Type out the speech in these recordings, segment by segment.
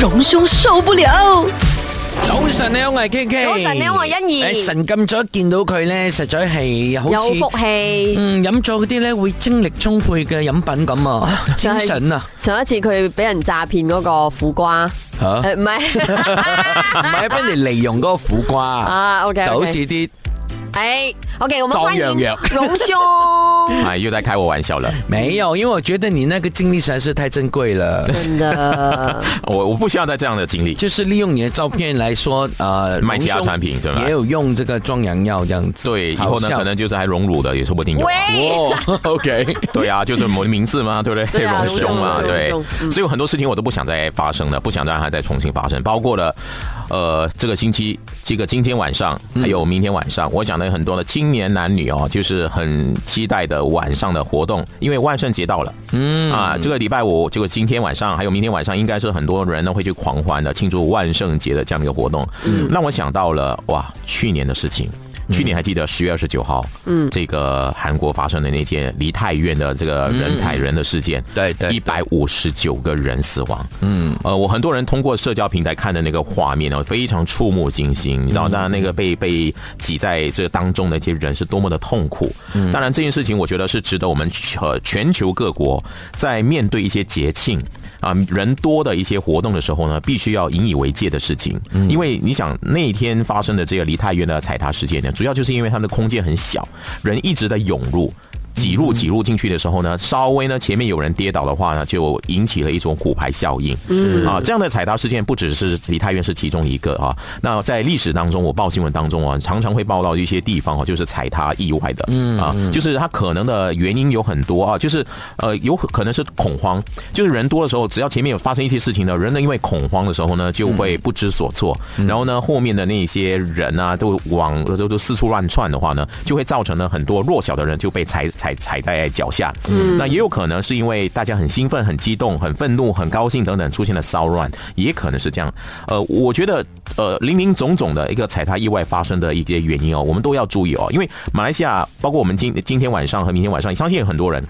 榮兄受不了。早晨咧，我系 K K。早晨你好我係欣怡誒神咁早見到佢咧，實在係好有似福氣。嗯飲咗嗰啲咧會精力充沛嘅飲品咁啊，精就係神啊，上一次佢俾人詐騙嗰個苦瓜，嚇誒唔係，啊唔係俾人哋利用嗰個苦瓜， 啊，OK，就好似啲誒，OK，我們歡壯陽藥迎榮 兄。哎，又在开我玩笑了。沒有，因為我覺得你那個精力實在是太珍貴了，真的，我我不需要再这样的经历。就是利用你的照片來說，呃，卖其他隆胸产品真的也有用这個壯陽藥這樣子。对，以好后呢，笑可能就是还荣辱的，也说不定有啊。 喂，哦 ，OK，对啊，就是我的名字嘛，对不对？对啊荣兄嘛，荣兄对荣兄。嗯所以有很多事情我都不想再发生了，不想让它再重新发生，包括了，呃，这个星期，这个今天晚上，还有明天晚上，我想的很多的青年男女哦，就是很期待的晚上的活动，因为万圣节到了。嗯啊，这个礼拜五，这个今天晚上还有明天晚上，应该是很多人呢会去狂欢的庆祝万圣节的这样的一个活动。嗯，让我想到了哇，去年的事情。去年还记得十月二十九号，嗯，这个韩国发生的那件梨泰院的这个人踩人的事件，对对对一百五十九个人死亡，嗯，呃，我很多人通过社交平台看的那个画面呢，非常触目惊心，你知道，当然那个被被挤在这当中的一些人是多么的痛苦，当然这件事情我觉得是值得我们呃全球各国在面对一些节庆啊人多的一些活动的时候呢，必须要引以为戒的事情，因为你想那一天发生的这个梨泰院的踩踏事件呢，主要就是因为它的空间很小，人一直在涌入。挤入挤入进去的时候呢，稍微呢前面有人跌倒的话呢，就引起了一种骨牌效应。嗯啊，这样的踩踏事件不只是梨泰院是其中一个啊。那在历史当中，我报新闻当中啊，常常会报到一些地方哦、就是踩踏意外的。嗯啊，就是它可能的原因有很多啊，就是呃有可能是恐慌，就是人多的时候，只要前面有发生一些事情呢，人呢因为恐慌的时候呢，就会不知所措，然后呢后面的那些人啊，都往都都四处乱窜的话呢，就会造成呢很多弱小的人就被踩踩踩在脚下。嗯，那也有可能是因为大家很兴奋、很激动、很愤怒、很高兴等等出现了骚乱，也可能是这样。呃，我觉得呃林林总总的一个踩踏意外发生的一些原因哦，我们都要注意哦，因为马来西亚包括我们今今天晚上和明天晚上，相信有很多人。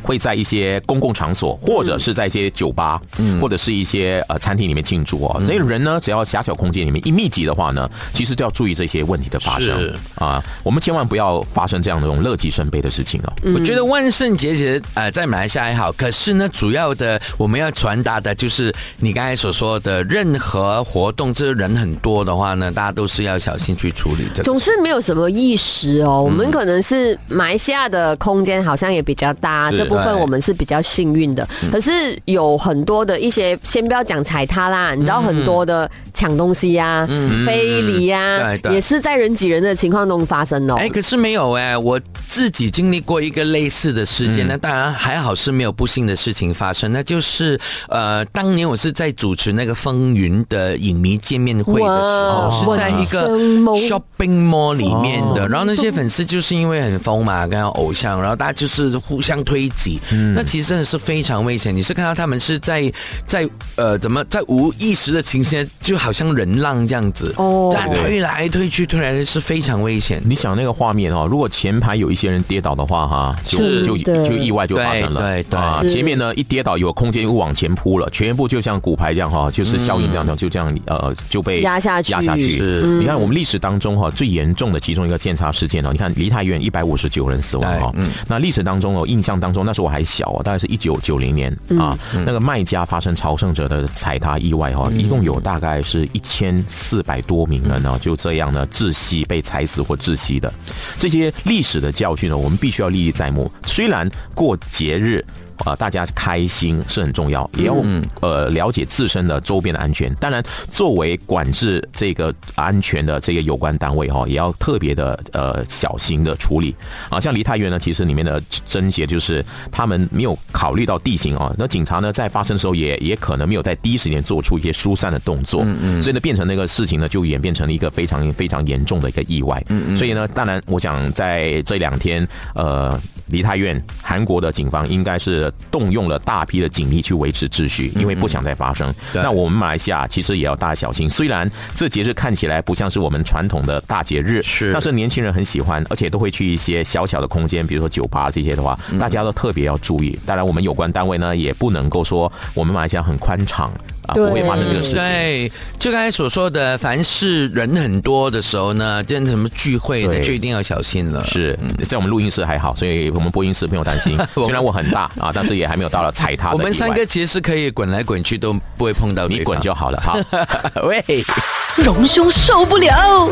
会在一些公共场所，或者是在一些酒吧，或者是一些呃餐厅里面庆祝哦。这些人呢，只要狭小空间里面一密集的话呢，其实就要注意这些问题的发生是啊。我们千万不要发生这样的这种乐极生悲的事情哦。我觉得万圣节其实呃在马来西亚还好，可是呢，主要的我们要传达的就是你刚才所说的，任何活动，这人很多的话呢，大家都是要小心去处理这个 总。是没有什么意识嗯哦。我们可能是马来西亚的空间好像也比较大，是这部对分我们是比较幸运的。哎可是有很多的一些，先不要讲踩踏啦，嗯你知道很多的抢东西呀、非礼呀嗯对，对也是在人挤人的情况中发生哦。哎，可是没有哎、我自己经历过一个类似的事嗯件，那当然还好是没有不幸的事情发生。那就是呃，当年我是在主持那个风云的影迷见面会的哇时候，是在一个哇生猛 shopping mall 里面的。哦然后那些粉丝就是因为很疯嘛，跟偶像，然后大家就是互相推挤，嗯那其实真的是非常危险。你是看到他们是在在呃怎么在无意识的情形，就好像人浪这样子，哦这样推来推去，推来推去是非常危险的。你想那个画面哦，如果前排有一些人跌倒的话，哈，就是就的就意外就发生了。对对对啊，是前面呢一跌倒有空间又往前扑了，全部就像骨牌这样哈，就是效应这样，就这样呃就被压下去压下去。是你看我们历史当中哈最严重的其中一个建差事件哦，你看梨泰院一百五十九人死亡对哈，那历史当中哦印象当中那时候我还小哦，大概是一九九零年啊，那个卖家发生朝圣者的踩踏意外哈，一共有大概是一千四百多名人呢就这样呢窒息被踩死或窒息的，这些历史的教训呢，我们必须要历历在目。虽然过节日。啊、大家开心是很重要，也要呃了解自身的周边的安全。当然，作为管制这个安全的这个有关单位哈、也要特别的呃小心的处理啊。像梨泰院呢，其实里面的症结就是他们没有考虑到地形啊、那警察呢在发生的时候也也可能没有在第一时间做出一些疏散的动作，嗯嗯，所以呢变成那个事情呢就演变成了一个非常非常严重的一个意外，嗯嗯，所以呢，当然我想在这两天呃。梨泰院，韩国的警方应该是动用了大批的警力去维持秩序，因为不想再发生。对那我们马来西亚其实也要大家小心，虽然这节日看起来不像是我们传统的大节日，是但是年轻人很喜欢，而且都会去一些小小的空间，比如说酒吧这些的话，嗯大家都特别要注意。当然，我们有关单位呢也不能够说我们马来西亚很宽敞。啊，不会发生这个事情。嗯对，就刚才所说的，凡是人很多的时候呢，这样什么聚会的对就一定要小心了。是，在我们录音室还好，所以我们播音室不用担 心。虽然我很大啊，但是也还没有到了踩踏的我们地三位个其实是可以滚来滚去都不会碰到你 对方滚就好了，好。喂。荣兄受不了。